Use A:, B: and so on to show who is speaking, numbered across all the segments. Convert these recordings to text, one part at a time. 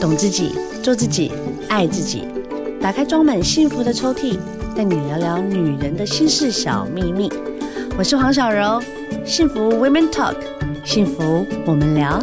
A: 懂自己，做自己，爱自己。打开装满幸福的抽屉，带你聊聊女人的心事小秘密。我是黄小柔，幸福 Women Talk，幸福我们聊。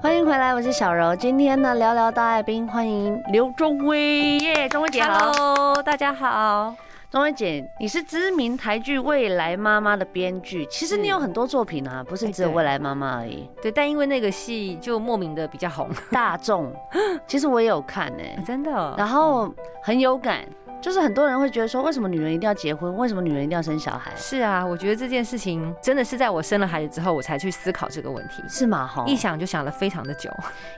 A: 欢迎回来，我是小柔。今天呢，聊聊大爱兵，欢迎刘中威耶，中威姐好。
B: Hello，大家好。
A: 钟薇姐，你是知名台剧《未来妈妈》的编剧，其实你
B: 是
A: 有很多作品啊，不是
B: 嗯哎
A: 只有《
B: 对
A: 未来妈妈》而已。
B: 对，但因为那个戏就莫名的比较红，
A: 大众，其实我也有看呢、
B: 真的。哦
A: 然
B: 嗯
A: 后很有感，就是很多人会觉得说，为什么女人一定要结婚？为什么女人一定要生小孩？
B: 是啊，我觉得这件事情真的是在我生了孩子之后，我才去思考这个问题。
A: 是吗？哈，
B: 一想就想了非常的久，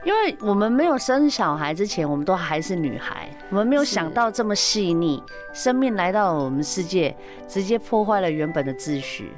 A: 因为我们没有生小孩之前，我们都还是女孩，我们没有
B: 是
A: 想到这么细腻，生命来到我们世界，直接破坏了原本的秩序。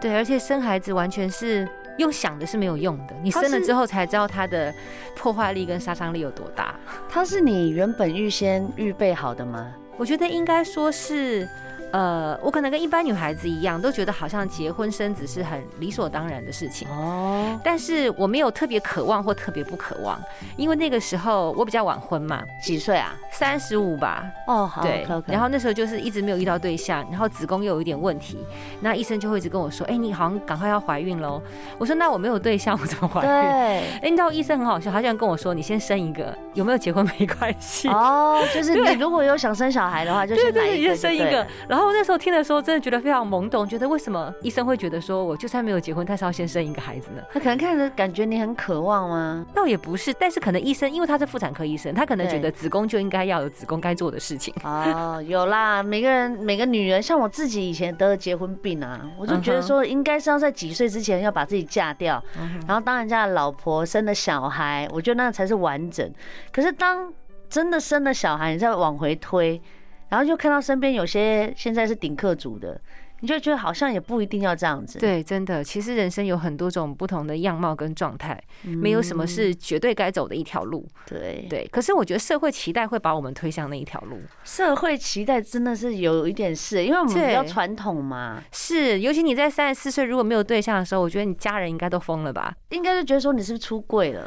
B: 对，而且生孩子完全是用想的是没有用的，你
A: 它
B: 生了
A: 是
B: 之后才知道它的破坏力跟杀伤力有多大。
A: 它是你原本预先预备好的吗？
B: 我觉得应该说是，呃，我可能跟一般女孩子一样，都觉得好像结婚生子是很理所当然的事情。
A: 哦，
B: 但是我没有特别渴望或特别不渴望，因为那个时候我比较晚婚嘛，
A: 几岁啊？
B: 三十五吧，
A: 哦，好，
B: 对
A: OK，OK
B: 然后那时候就是一直没有遇到对象，然后子宫又有一点问题，那医生就会一直跟我说，哎、你好像赶快要怀孕喽。我说那我没有对象，我怎么怀孕？
A: 对，
B: 哎，你知道医生很好笑，他居然跟我说，你先生一个，有没有结婚没关系。
A: 哦，就是
B: 对
A: 你如果有想生小孩的话，就
B: 对
A: 先来
B: 对，
A: 一
B: 对，
A: 个，
B: 就生一个。。然后那时候听的时候，真的觉得非常懵懂，觉得为什么医生会觉得说我就算没有结婚，但是要先生一个孩子呢？
A: 他可能看着感觉你很渴望吗？
B: 倒也不是，但是可能医生，因为他是妇产科医生，他可能
A: 对
B: 觉得子宫就应该要有子宫该做的事情。
A: 哦，有 啦，每个人每个女人，像我自己以前得了结婚病啊，我就觉得
B: 嗯哼嗯
A: 说应该是要在几岁之前要把自己嫁掉，然后当人家的老婆生了小孩，我觉得那才是完整。可是当真的生了小孩，你再往回推，然后就看到身边有些现在是顶客组的，你就觉得好像也不一定要这样子。
B: 对，真的，其实人生有很多种不同的样貌跟状态，没有什么是绝对该走的一条路。
A: 嗯对
B: 对，可是我觉得社会期待会把我们推向那一条路，
A: 社会期待真的是有一点是，因为我们
B: 对
A: 比较传统嘛，
B: 是，尤其你在三十四岁如果没有对象的时候，我觉得你家人应该都疯了吧？
A: 应该就觉得说你是不是出柜了，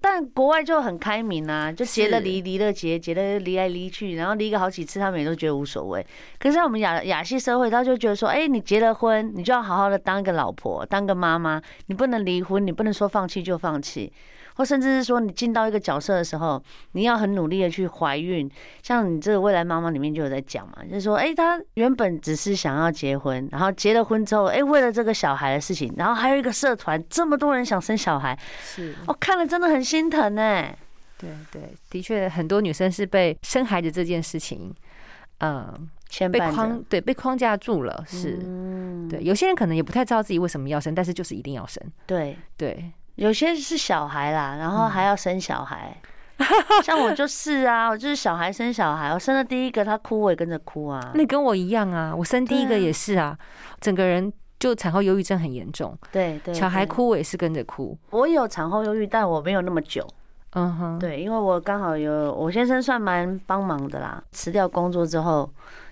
A: 但国外就很开明啊，就结了离，离了结，结了离来离去，然后离个好几次，他们也都觉得无所谓。可是在我们亚亚系社会，他就觉得说，哎、你结了婚，你就要好好的当一个老婆，当个妈妈，你不能离婚，你不能说放弃就放弃。或甚至是说，你进到一个角色的时候，你要很努力的去怀孕。像你这个未来妈妈里面就有在讲嘛，就是说，哎、她原本只是想要结婚，然后结了婚之后，哎、为了这个小孩的事情，然后还有一个社团，这么多人想生小孩，
B: 是，
A: 我、看了真的很心疼哎、
B: 对对，的确，很多女生是被生孩子这件事情，呃，
A: 牵
B: 被
A: 绊着
B: 框，对被框架住了，是。
A: 嗯，
B: 对，有些人可能也不太知道自己为什么要生，但是就是一定要生。
A: 对，
B: 对，
A: 有些是小孩啦，然后还
B: 嗯
A: 要生小孩。像我就是啊，我就是小孩生小孩，我生了第一个，他哭我也跟着哭啊。
B: 那跟我一样啊，我生第一
A: 对
B: 个
A: 啊
B: 也是啊，整个人就产后忧郁症很严重，
A: 对对，
B: 小孩
A: 对，
B: 哭我也是跟着哭。
A: 我有产后忧郁，但我没有那么久。
B: 嗯哼，
A: 对，因为我刚好有我先生算蛮帮忙的啦，辞掉工作之后，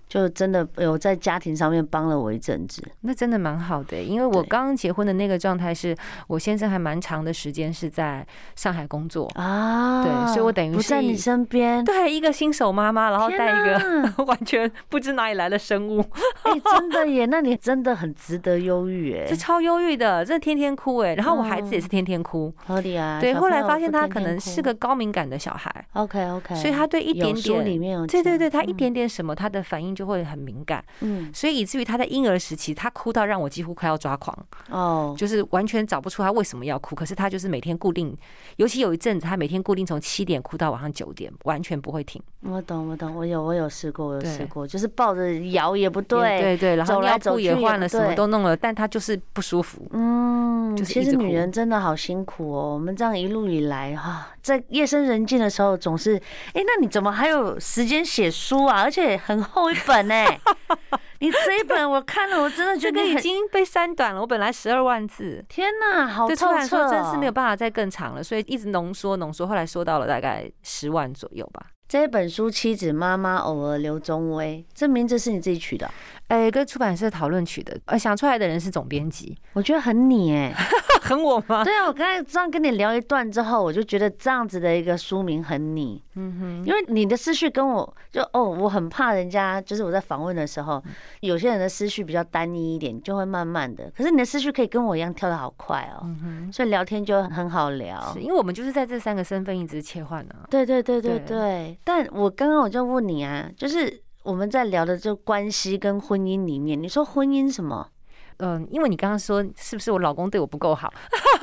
A: 就真的有在家庭上面帮了我一阵子。
B: 那真的蛮好的欸、因为我
A: 对
B: 刚结婚的那个状态是我先生还蛮长的时间是在上海工作，
A: 啊，
B: 对所以我等于
A: 不
B: 是
A: 在你
B: 以
A: 身边，
B: 对，一个新手妈妈，然后
A: 嗯天
B: 带一个
A: 哪，
B: 完全不知哪里来的生物，
A: 哎、真的耶，那你真的很值得忧郁哎
B: 这，超忧郁的，真的天天哭哎、然后我孩子也
A: 嗯
B: 是天天哭，
A: 合理啊。
B: 对，
A: 小
B: 后
A: 朋
B: 来
A: 友
B: 发
A: 不
B: 现他
A: 天
B: 可
A: 天
B: 能
A: 哭
B: 是个高敏感的小孩，
A: OK OK，
B: 所以他对一点
A: 有书里
B: 点。
A: 面有
B: 对对
A: 讲
B: 对，他一，点点什么，他的反应就会很敏感，
A: 嗯
B: 所以以至于他在婴儿时期，他哭到让我几乎快要抓狂，
A: 嗯哦，
B: 就是完全找不出他为什么要哭。可是他就是每天固定，尤其有一阵子，他每天固定从七点哭到晚上九点，完全不会停。
A: 我懂我懂，我有我有试过，我有试
B: 对
A: 过，就是抱着摇也不对，
B: 对对，然后
A: 走来
B: 尿
A: 走
B: 布
A: 去
B: 也
A: 也
B: 换
A: 不
B: 了，什么
A: 对
B: 都弄了，但他就是不舒 服。
A: 嗯，
B: 就是
A: 其
B: 一
A: 实
B: 直
A: 女
B: 哭
A: 人真的好辛苦哦。我们这样一路以来哈、在夜深人静的时候，总是哎、那你怎么还有时间写书啊？而且很厚一本呢、 你这一本我看了，我真的觉
B: 这
A: 得
B: 个
A: 你
B: 已
A: 很
B: 经被删短了，我本来十二万字。
A: 天哪，好
B: 对，出
A: 透
B: 版
A: 彻、
B: 社
A: 哦，
B: 真是没有办法再更长了，所以一直浓缩浓缩，后来缩到了大概十万左右吧。
A: 这本书《妻子妈妈偶尔刘宗威》，这名字是你自己取的啊、
B: 哎、跟出版社讨论取的，呃，想出来的人是总编辑，
A: 我觉得很你哎、
B: 很我吗？
A: 对啊，我刚才这样跟你聊一段之后，我就觉得这样子的一个书名很你，
B: 嗯哼，
A: 因为你的思绪跟我就哦，我很怕人家，就是我在访问的时候，
B: 嗯
A: 有些人的思绪比较单一一点，就会慢慢的，可是你的思绪可以跟我一样跳的好快哦，
B: 嗯哼，
A: 所以聊天就很好聊
B: 是。因为我们就是在这三个身份一直切换啊。
A: 对对对对
B: 对
A: 对，但我刚刚我就问你啊，就是我们在聊的就关系跟婚姻里面，你说婚姻什 么？
B: 嗯，因为你刚刚说是不是我老公对我不够好？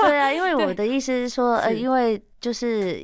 A: 对啊，因为我的意思是说，呃，
B: 是
A: 因为就是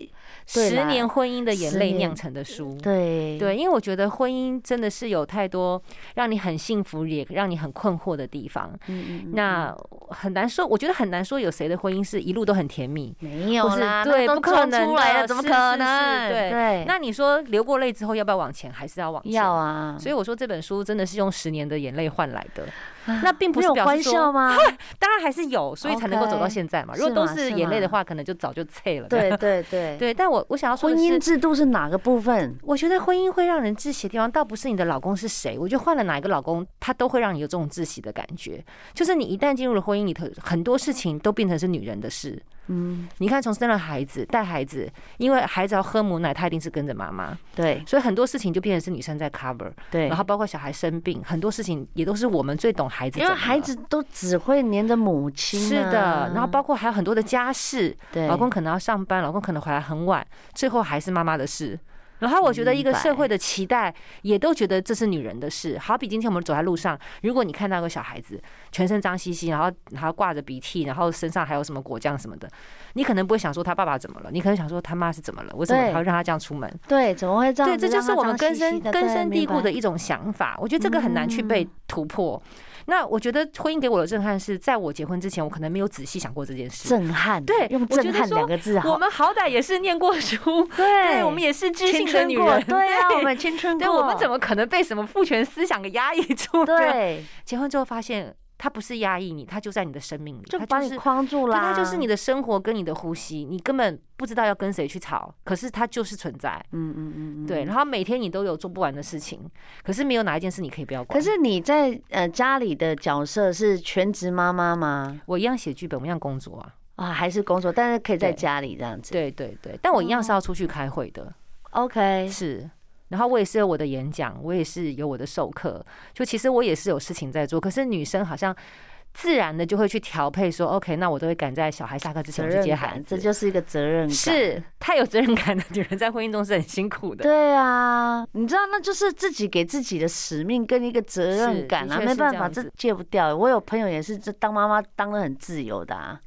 A: 对
B: 十
A: 啦
B: 年婚姻的眼
A: 十
B: 泪
A: 年
B: 酿成的书。
A: 对
B: 对，因为我觉得婚姻真的是有太多让你很幸福，也让你很困惑的地方。
A: 嗯嗯嗯
B: 那很难说，我觉得很难说有谁的婚姻是一路都很甜蜜。
A: 没有
B: 或是
A: 啦，
B: 对
A: 那都
B: 不可
A: 装
B: 能
A: 出来
B: 的
A: 了，怎么
B: 是
A: 可
B: 是是
A: 能？
B: 对
A: 对，
B: 那你说流过泪之后要不要往前，还是要往前？
A: 要啊，
B: 所以我说这本书真的是用十年的眼泪换来的，
A: 啊
B: 那并不
A: 没
B: 是
A: 有
B: 表
A: 欢
B: 示
A: 笑
B: 说，
A: 吗？
B: 当然还是有，所以才能够走到
A: OK，
B: 现在嘛。
A: 是
B: 如果都
A: 嘛
B: 是
A: 是
B: 眼泪的
A: 嘛
B: 话，可能就早就碎了。
A: 对 对对，
B: 对，但我我想要说
A: 婚
B: 的是
A: 姻，制度是哪个部分？
B: 我觉得婚姻会让人窒息的地方，倒不是你的老公是谁，我觉得换了哪一个老公，他都会让你有这种窒息的感觉。就是你一旦进入了婚姻里头，很多事情都变成是女人的事。
A: 嗯，
B: 你看，从生了孩子、带孩子，因为孩子要喝母奶，他一定是跟着妈妈，
A: 对
B: 所以很多事情就变成是女生在 cover。
A: 对
B: 然，后包括小孩生病，很多事情也都是我们最懂孩子
A: 因
B: 怎么
A: 为
B: 了。
A: 孩子都只会黏着母亲啊，
B: 是的，然后包括还有很多的家事，
A: 对
B: 老公可能要上班，老公可能回来很晚，最后还是妈妈的事。然后我觉得一个
A: 明白
B: 社会的期待，也都觉得这是女人的事。好比今天我们走在路上，如果你看到一个小孩子全身脏兮兮，然后然后挂着鼻涕，然后身上还有什么果酱什么的，你可能不会想说他爸爸怎么了，你可能想说他妈是怎么了，为什么
A: 对
B: 还要让他这样出门？
A: 对，怎么会这样
B: 对，
A: 子
B: 这就
A: 让
B: 是
A: 他
B: 我
A: 脏
B: 们根
A: 兮
B: 深
A: 兮的
B: 根
A: 对
B: 深
A: 明
B: 蒂固
A: 白
B: 的一种想法。我觉得这个很难去被突破。那我觉得婚姻给我的震撼是在我结婚之前，我可能没有仔细想过这件事。
A: 震撼，
B: 对
A: 用
B: 我觉
A: 震
B: 得
A: 撼
B: 说
A: 两个字
B: 我
A: 好，
B: 们好歹也是念过书，对，
A: 对
B: 我们也是知
A: 青
B: 性的
A: 春
B: 女
A: 过，
B: 人，
A: 对 啊，我们青春过，
B: 对，我们怎么可能被什么父权思想给压抑住呢？，
A: 对，
B: 结婚之后发现，它不是压抑你，它就在你的生命里，
A: 就
B: 它
A: 把你
B: 是
A: 框住
B: 对，
A: 啦，
B: 它就是你的生活跟你的呼吸，你根本不知道要跟谁去吵，可是它就是存在。
A: 嗯，嗯嗯嗯，
B: 对，。然后每天你都有做不完的事情，可是没有哪一件事你可以不要管。
A: 可是你在呃家里的角色是全职妈妈吗？
B: 我一样写剧本，我一样工作啊。
A: 啊，还是工作？但是可哦以在
B: 对
A: 家里这样子。
B: 对对对，但我一样是要出去开会的，
A: OK，
B: 是。然后我也是有我的演讲，我也是有我的授课，就其实我也是有事情在做。可是女生好像自然的就会去调配说，OK，那我都会赶在小孩下课之前
A: 责
B: 我去
A: 任
B: 接孩
A: 感，这
B: 子。
A: 就是一个责任感。，
B: 是太有责任感的女人在婚姻中是很辛苦的。
A: 对啊，你知道，那就是自己给自己的使命跟一个责任感啊，
B: 是的确
A: 没
B: 是
A: 办
B: 这
A: 法，
B: 样子
A: 这戒不掉。我有朋友也是，这当妈妈当的很自由的啊。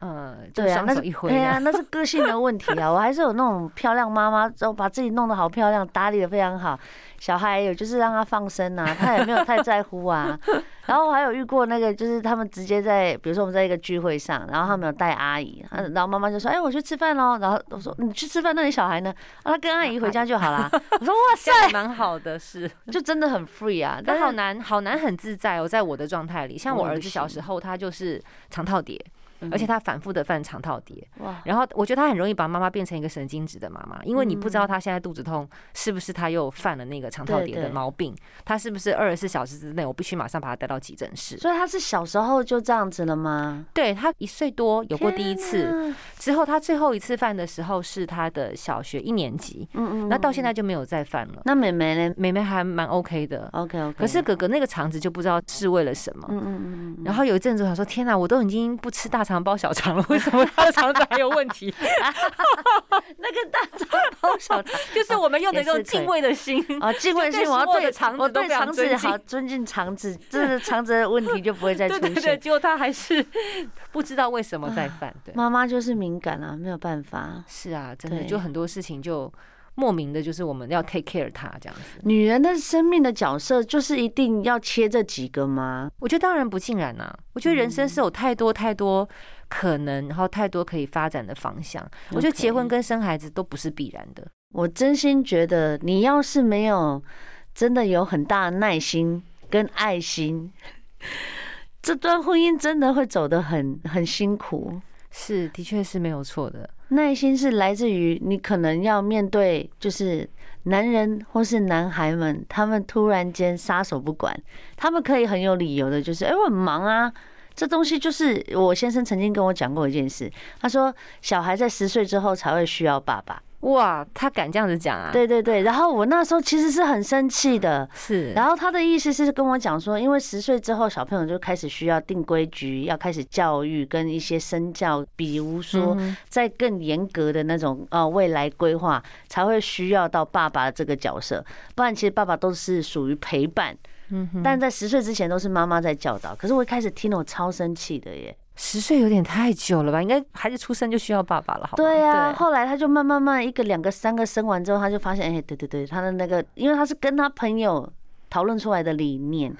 B: 嗯，就
A: 对啊，
B: 双
A: 那
B: 手
A: 是
B: 一挥
A: 对
B: 这
A: 啊，
B: 样。
A: 那是个性的问题啊。我还是有那种漂亮妈妈，然后把自己弄得好漂亮，打理的非常好。小孩也有就是让他放生啊，他也没有太在乎啊。然后我还有遇过那个，就是他们直接在，比如说我们在一个聚会上，然后他们有带阿姨，啊然后妈妈就说：“哎，我去吃饭喽。”然后我说：“你去吃饭，那你小孩呢？”啊，他跟阿姨回家就好啦。我说：“哇塞
B: 这，样蛮好的，是。
A: 就真的很 free 啊。”但
B: 但好
A: 是
B: 难，好难很自在哦，在我的状态里，像我
A: 我也
B: 儿
A: 不
B: 子小
A: 行
B: 时候，他就是长套叠，
A: 嗯
B: 而且他反复的犯长套叠，
A: 哇，
B: 然后我觉得他很容易把妈妈变成一个神经质的妈妈，因为你不知道他现在肚子痛是不是他又犯了那个长
A: 嗯
B: 套
A: 对
B: 叠的
A: 对
B: 毛病，他是不是二十四小时之内我必须马上把他带到急诊室。
A: 所以他是小时候就这样子了吗？
B: 对他一岁多有过第一次，
A: 天哪，
B: 之后他最后一次犯的时候是他的小学一年级，
A: 嗯嗯，
B: 那到现在就没有再犯了。
A: 那妹妹呢
B: 妹妹还蛮 OK 的，
A: ？OK OK。
B: 可是哥哥那个肠子就不知道是为了什么。
A: 哦嗯嗯嗯嗯，
B: 然后有一阵子我想说，天哪，我都已经不吃大肠包小肠了，为什么他的肠子还有问题？
A: 那个大肠包小肠
B: 就是我们用的这种敬畏的心。
A: 啊，敬畏心，
B: 就对
A: 我要
B: 所有
A: 对
B: 的肠子
A: 我
B: 都
A: 对
B: 非常
A: 肠子
B: 尊敬
A: 好尊敬肠子，这个肠子的问题就不会再
B: 对
A: 出
B: 对对，
A: 现。啊
B: 结果他还是 不知道为什么在犯。对，
A: 妈妈就是敏感啊，没有办法。
B: 是啊，真的
A: 对
B: 就很多事情就莫名的，就是我们要 take care 他这样子。
A: 女人的生命的角色就是一定要切这几个吗？
B: 我觉得当然不尽然呐、我觉得人
A: 嗯
B: 生是有太多太多可能，然后太多可以发展的方向。我觉得结婚
A: OK
B: 跟生孩子都不是必然的。
A: 我真心觉得，你要是没有真的有很大的耐心跟爱心，这段婚姻真的会走得很很辛苦。
B: 是，的确是没有错的。
A: 耐心是来自于你可能要面对，就是男人或是男孩们，他们突然间撒手不管，他们可以很有理由的，就是哎、我很忙啊。这东西就是我先生曾经跟我讲过一件事，他说小孩在十岁之后才会需要爸爸。
B: 哇，他敢这样子讲啊？，
A: 对对对，然后我那时候其实是很生气的。
B: 是，
A: 然后他的意思是跟我讲说，因为十岁之后小朋友就开始需要定规矩，要开始教育跟一些身教，比如说
B: 嗯
A: 在更严格的那种呃未来规划，才会需要到爸爸这个角色，不然其实爸爸都是属于陪伴，
B: 嗯哼，
A: 但在十岁之前都是妈妈在教导。可是我一开始听了我超生气的耶，
B: 十岁有点太久了吧？应该孩子出生就需要爸爸了，好吗？
A: 对啊，后来他就慢慢慢一个、两个、三个生完之后，他就发现，哎、对对对，他的那个，因为他是跟他朋友讨论出来的理 念，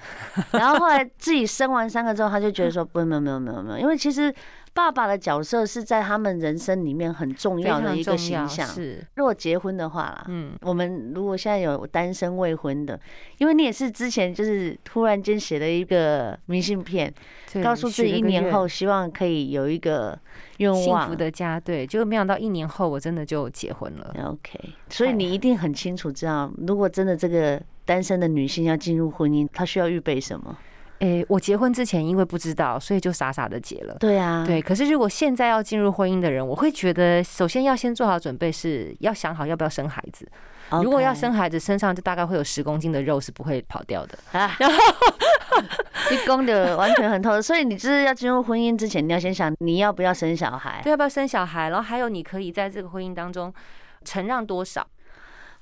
A: 然后后来自己生完三个之后，他就觉得说，不，没有没有没有没有，因为其实爸爸的角色是在他们人生里面很重
B: 非
A: 要的
B: 常
A: 一个
B: 重要，
A: 形象。
B: 是，
A: 如果结婚的话啦，
B: 嗯，
A: 我们如果现在有单身未婚的，因为你也是之前就是突然间写了一个明信片，
B: 对
A: 告诉自己
B: 许了
A: 一
B: 个
A: 年
B: 愿
A: 后希望可以有一个愿望，
B: 幸福的家，对，就没想到一年后我真的就结婚了。
A: 嗯 OK，所以你一定很清楚知道，如果真的这个单身的女性要进入婚姻，她需要预备什么？
B: 诶、我结婚之前因为不知道，所以就傻傻的结了。
A: 对啊，
B: 对，可是如果现在要进入婚姻的人，我会觉得首先要先做好准备，是要想好要不要生孩子。
A: OK，
B: 如果要生孩子，身上就大概会有十公斤的肉是不会跑掉的。
A: 啊，然后你攻的完全很透，所以你就是要进入婚姻之前，你要先想你要不要生小孩。
B: 对，要不要生小孩？然后还有你可以在这个婚姻当中承让多少？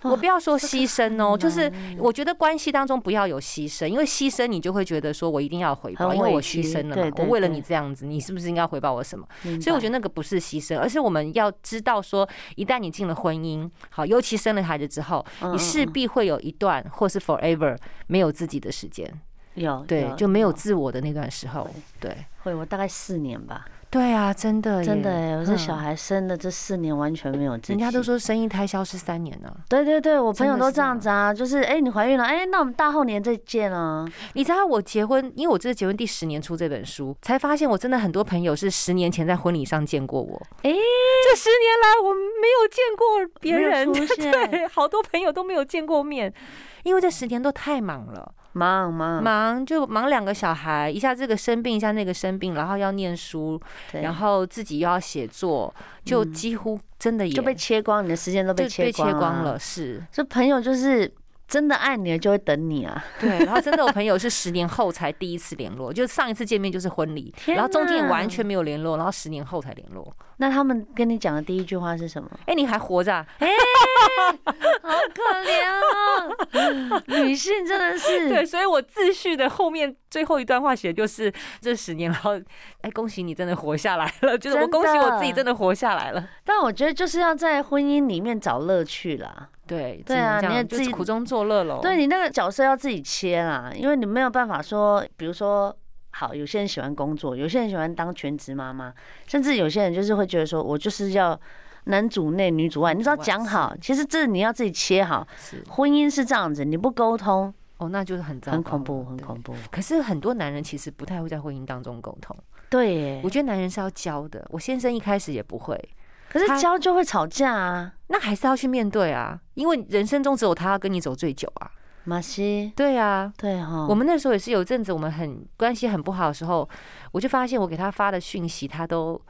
A: 哇
B: 我不要说牺牲哦，就是
A: 欸
B: 我觉得关系当中不要有牺牲，因为牺牲你就会觉得说我一定要回报，
A: 很
B: 因为我
A: 委屈
B: 牺牲了
A: 对
B: 嘛，我
A: 对
B: 为了
A: 对
B: 你这样子，你是不是应该回报我什么？
A: 明白
B: 所以我觉得那个不是牺牲，而是我们要知道说，一旦你进了婚姻，好，尤其生了孩子之后，
A: 嗯
B: 你势必会有一段或是 forever 没有自己的时间，
A: 嗯有
B: 对，就没有
A: 有
B: 自我的那段时候，对，
A: 会，我大概四年吧，
B: 对啊，真的耶，
A: 真的哎，我这
B: 嗯
A: 小孩生的这四年完全没有自己。
B: 人家都说生一胎消失三年呢、
A: 对对对，我朋友
B: 真
A: 都
B: 的是
A: 这样子啊，就是哎，你怀孕了，哎，那我们大后年再见啊。
B: 你知道我结婚，因为我这是结婚第十年出这本书，才发现我真的很多朋友是十年前在婚礼上见过我。
A: 诶
B: 这十年来我没有见过别
A: 没有
B: 人，
A: 出现
B: 对，好多朋友都没有见过面，因为这十年都太忙了，
A: 忙忙，
B: 忙就忙两个小孩，一下这个生病，一下那个生病，然后要念书，
A: 对
B: 然后自己又要写作，就
A: 嗯
B: 几乎真的也
A: 就被切光，你的时间都被
B: 就
A: 切
B: 被切
A: 光
B: 光
A: 啊
B: 了，是
A: 这朋友就是真的爱你了，就会等你啊。
B: 对，然后真的，我朋友是十年后才第一次联络，就是上一次见面就是婚礼，
A: 天
B: 然后中间
A: 哪
B: 完全没有联络，然后十年后才联络。
A: 那他们跟你讲的第一句话是什么？
B: 哎、你还活着、啊？
A: 嗯好可怜哦， 女性真的
B: 对，
A: 是。
B: 所以我自序的后面最后一段话写的就是这十年，然后哎、恭喜你真的活下来了，就是我
A: 真的
B: 恭喜我自己真的活下来了。
A: 但我觉得就是要在婚姻里面找乐趣啦。
B: 对，
A: 对啊
B: 只
A: 你也
B: 能这样就
A: 自己
B: 是苦中作乐喽。
A: 对你那个角色要自己切啦，因为你没有办法说，比如说。好，有些人喜欢工作，有些人喜欢当全职妈妈，甚至有些人就是会觉得说，我就是要男主内女主外，你只要
B: 主外
A: 讲好，其实这你要自己切好。
B: 是
A: 婚姻是这样子，你不沟通，
B: 哦，那就是很糟糕
A: 很
B: 了，
A: 恐怖，很
B: 对。
A: 恐怖。
B: 可是很多男人其实不太会在婚姻当中沟通，
A: 对耶
B: 我，觉得男人是要教的。我先生一开始也不会，
A: 可是
B: 他
A: 教就会吵架啊，
B: 那还是要去面对啊，因为人生中只有他要跟你走最久啊。
A: 马西。
B: 对啊，
A: 对哈，
B: 我们那时候也是有一阵子我们很关系很不好的时候，我就发现我给他发的讯息他都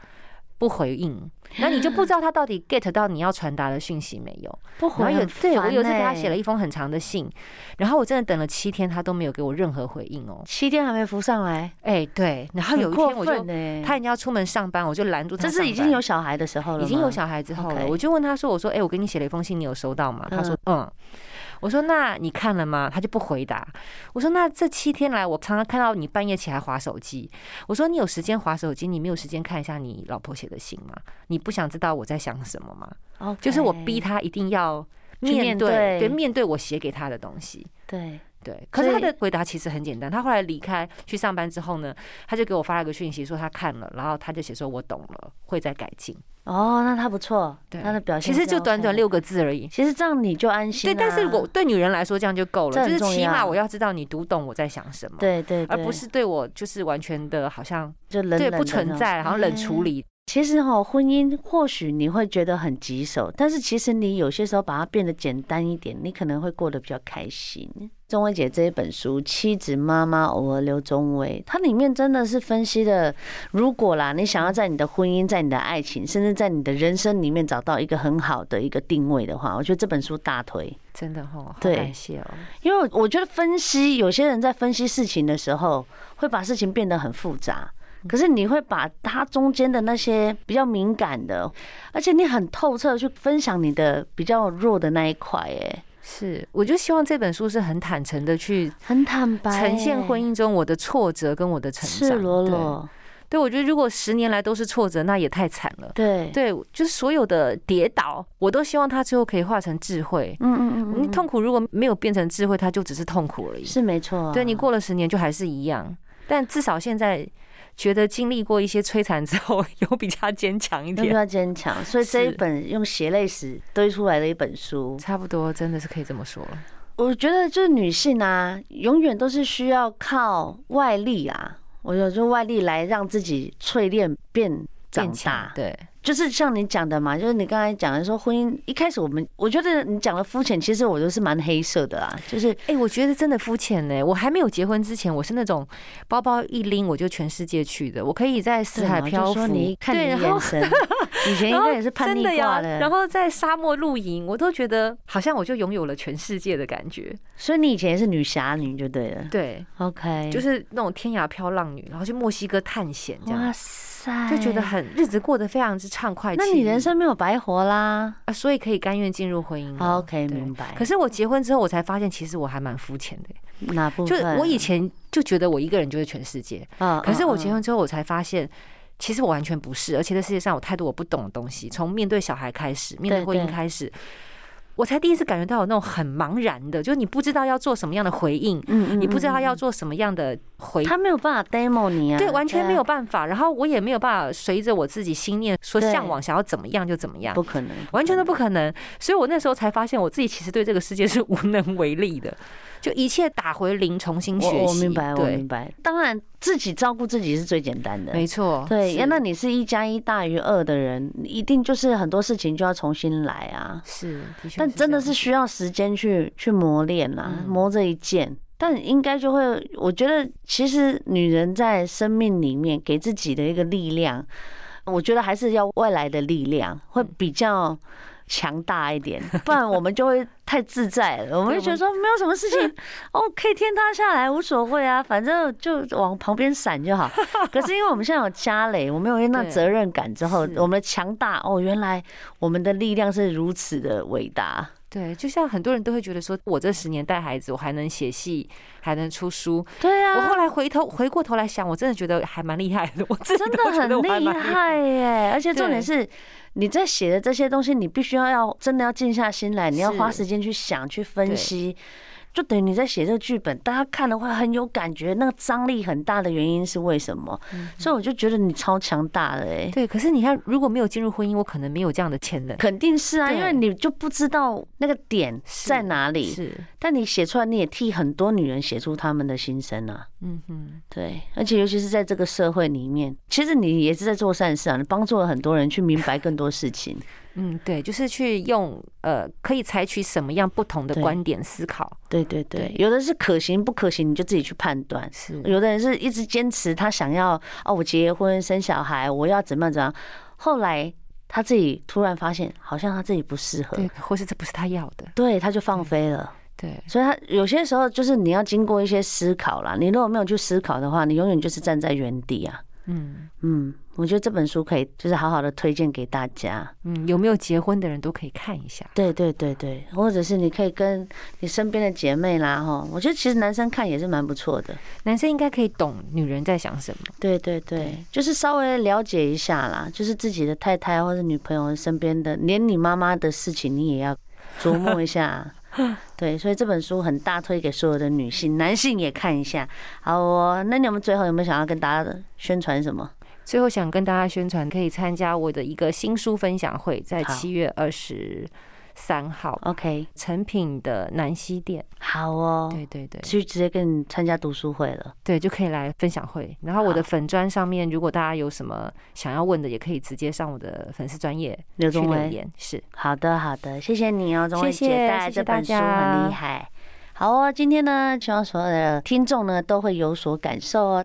B: 不回 应，然后你就不知道他到底 get 到你要传达的讯息没有。
A: 不
B: 然
A: 回
B: 后有
A: 很
B: 对我
A: 烦
B: 有一次给他
A: 欸
B: 写了一封很长的信，然后我真的等了七天，他都没有给我任何回应哦。
A: 七天还没浮上来，
B: 哎，对，然后
A: 很
B: 有一
A: 过
B: 天我
A: 分
B: 就
A: 欸
B: 他已经要出门上班，我就拦住他
A: 这
B: 上班。
A: 是已经有小孩的时候了吗，
B: 已经有小孩之后了，
A: OK
B: 我就问他说：“我说，哎、我给你写了一封信，你有收到吗？”他说：“嗯。”我说：“那你看了吗？”他就不回答。我说：“那这七天来，我常常看到你半夜起来划手机。我说：‘你有时间划手机，你没有时间看一下你老婆写的信吗？你不想知道我在想什么吗？’
A: 哦，OK，
B: 就是我逼他一定要
A: 哎去面
B: 面对，
A: 对
B: 对，面对我写给他的东西。”
A: 对，
B: 对，可是他
A: 所以
B: 的回答其实很简单。他后来离开去上班之后呢，他就给我发了个讯息说他看了，然后他就写说我懂了，会再改进。
A: 哦，那他不错，
B: 对
A: 他的表现
B: 其实
A: 是
B: 就
A: OK
B: 短短
A: 的，
B: 六个字而已。
A: 其实这样你就安心啊
B: 对，
A: 啦，
B: 但是我对女人来说这样就够
A: 这
B: 了，
A: 很
B: 就是起码
A: 重要
B: 我要知道你读懂我在想什么，
A: 对对，
B: 而
A: 对
B: 不是对我就是完全的好像
A: 就冷
B: 对
A: 冷
B: 不
A: 的
B: 存
A: 那种嗯
B: 在，好像冷处，理。
A: 其实哈、婚姻或许你会觉得很棘手，但是其实你有些时候把它变得简单一点，你可能会过得比较开心。钟薇姐这一本书《妻子妈妈偶尔刘钟薇》，它里面真的是分析的，如果啦，你想要在你的婚姻、在你的爱情，甚至在你的人生里面找到一个很好的一个定位的话，我觉得这本书大推。
B: 真的哈、好
A: 对
B: 感谢哦。
A: 因为我觉得分析，有些人在分析事情的时候，会把事情变得很复杂。可是你会把它中间的那些比较敏感的，而且你很透彻地去分享你的比较弱的那一块，哎，
B: 是，我就希望这本书是很坦诚的去
A: 很坦白、
B: 呈现婚
A: 姻
B: 姻中我的挫折跟我的成长，
A: 赤裸
B: 对
A: 裸，
B: 对，我觉得如果十年来都是挫折，那也太惨了。
A: 对，
B: 对，就是所有的跌倒，我都希望它最后可以化成智慧。
A: 嗯嗯嗯
B: 你
A: 嗯，
B: 痛苦如果没有变成智慧，它就只是痛苦而已。
A: 是没错、啊，
B: 对你过了十年就还是一样，但至少现在觉得经历过一些摧残之后， 有比较坚强一
A: 要不
B: 点。
A: 要坚强？所以这一
B: 是
A: 本用血泪史堆出来的一本书，
B: 差不多，真的是可以这么说了。
A: 我觉得就是女性啊，永远都是需要靠外力啊，我有就外力来让自己淬炼变长
B: 变强
A: 大。
B: 对，
A: 就是像你讲的嘛，就是你刚才讲的说婚姻一开始我们，我觉得你讲的肤浅，其实我都是蛮黑色的啦，就是
B: 哎、我觉得真的肤浅呢。我还没有结婚之前，我是那种包包一拎我就全世界去的，我可以在四海
A: 对嘛
B: 漂
A: 就
B: 浮。
A: 说你一看你
B: 对，然后
A: 眼 神，以前应
B: 然后
A: 该也是叛逆
B: 真的
A: 挂
B: 呀，
A: 的，
B: 然后在沙漠露营，我都觉得好像我就拥有了全世界的感觉。
A: 所以你以前也是女侠女就对了
B: 对，
A: ，OK，
B: 就是那种天涯飘浪女，然后去墨西哥探险这
A: 哇
B: 样。
A: 塞，
B: 就觉得很日子过得非常之畅快惬
A: 哎那
B: 意，
A: 你人生没有白活啦、
B: 啊，所以可以甘愿进入婚姻了。
A: o k
B: 嗯对
A: 明白。
B: 可是我结婚之后，我才发现其实我还蛮肤浅的，
A: 哪部
B: 就
A: 分？
B: 我以前就觉得我一个人就是全世界，
A: 啊
B: 可是我结，
A: 嗯
B: 婚之后，我才发现，其实我完全不是，而且这世界上有太多我不懂的东西。从面对小孩开始，面对婚姻
A: 对
B: 开始，我才第一次感觉到有那种很茫然的，就是你不知道要做什么样的回应，
A: 嗯嗯
B: 你不知道
A: 嗯
B: 要做什么样的回
A: 他没有办法 demo 你啊，
B: 对，完全
A: 啊
B: 没有办法。然后我也没有办法随着我自己心念说
A: 对
B: 向往想要怎么样就怎么样
A: 不。可能，
B: 啊完全都不可能，所以我那时候才发现我自己其实对这个世界是无能为力的，就一切打回零，重新学习。
A: 我我明白，我
B: 对
A: 明，白。当然，自己照顾自己是最简单的。
B: 没错，
A: 对，
B: 是
A: 要那你是一加一大于二的人，你一定就是很多事情就要重新来啊。
B: 是，的确
A: 但
B: 这
A: 真的
B: 样
A: 是需要时间去去磨练啦、
B: 啊嗯
A: 磨这一剑。但应该就会，我觉得其实女人在生命里面给自己的一个力量，我觉得还是要外来的力量会比较强大一点，不然我们就会太自在了，我们就觉得说没有什么事情哦，可以天塌下来无所谓啊，反正就往旁边闪就好。 可是因为我们现在有家累，我们有那
B: 对
A: 责任感之后，
B: 是
A: 我们的强大哦，原来我们的力量是如此的伟大。
B: 对，就像很多人都会觉得说，我这十年带孩子，我还能写戏，还能出书。
A: 对
B: 我
A: 啊
B: 后，来回头回过头来想，我真的觉得还蛮厉害的，我自己
A: 真的
B: 都觉得
A: 很
B: 我还
A: 厉
B: 蛮
A: 害耶！而且重点
B: 对
A: 是，你在写的这些东西，你必须要要真的要静下心来，你要
B: 是
A: 花时间去想、去分
B: 对
A: 析。就等于你在写这个剧本，大家看的会很有感觉，那个张力很大的原因是为什么？所以我就觉得你超强大的哎、
B: 对，可是你看，如果没有进入婚姻，我可能没有这样的潜能。
A: 肯定是啊，因为
B: 对
A: 你就不知道那个点在哪里，
B: 是，
A: 但你写出来，你也替很多女人写出她们的心声啊。
B: 嗯哼，
A: 对，而且尤其是在这个社会里面，其实你也是在做善事啊，你帮助了很多人去明白更多事情。
B: 嗯，对，就是去用呃，可以采取什么样不同的
A: 对
B: 观点思考。
A: 对对对，有的是可行不可行，你就自己去判断。
B: 是，
A: 有的人是一直坚持他想要哦，我结婚生小孩，我要怎么样怎么样。后来他自己突然发现，好像他自己不适合，
B: 对，或是这不是他要的，
A: 对，他就放飞了。
B: 对，
A: 所以他有些时候就是你要经过一些思考啦，你如果没有去思考的话，你永远就是站在原地啊。
B: 嗯
A: 嗯，我觉得这本书可以就是好好的推荐给大家。
B: 嗯，有没有结婚的人都可以看一下。
A: 对对对对，或者是你可以跟你身边的姐妹啦，哈，我觉得其实男生看也是蛮不错的。
B: 男生应该可以懂女人在想什么。
A: 对对对，就是稍微了解一下啦，就是自己的太太或者女朋友身边的，连你妈妈的事情你也要琢磨一 下。对，所以这本书很大推给所有的女性，男性也看一下。好哦，那你们最后有没有想要跟大家宣传什么？
B: 最后想跟大家宣传，可以参加我的一个新书分享会，在
A: 好
B: 七月二十三号
A: ，OK，
B: 成品的南西店。
A: 好哦，
B: 对对对
A: 去直接跟你参加读书会了。
B: 对，就可以来分享会。然后我的
A: 好
B: 粉砖上面，如果大家有什么想要问的，也可以直接上我的粉丝专业
A: 刘
B: 去
A: 宗
B: 留
A: 威，
B: 言。是，
A: 好的好的，谢谢你哦，宗威
B: 谢
A: 姐
B: 谢
A: 带来
B: 谢谢
A: 这本书
B: 大家
A: 很厉害。好哦，今天呢，希望所有的听众呢都会有所感受哦。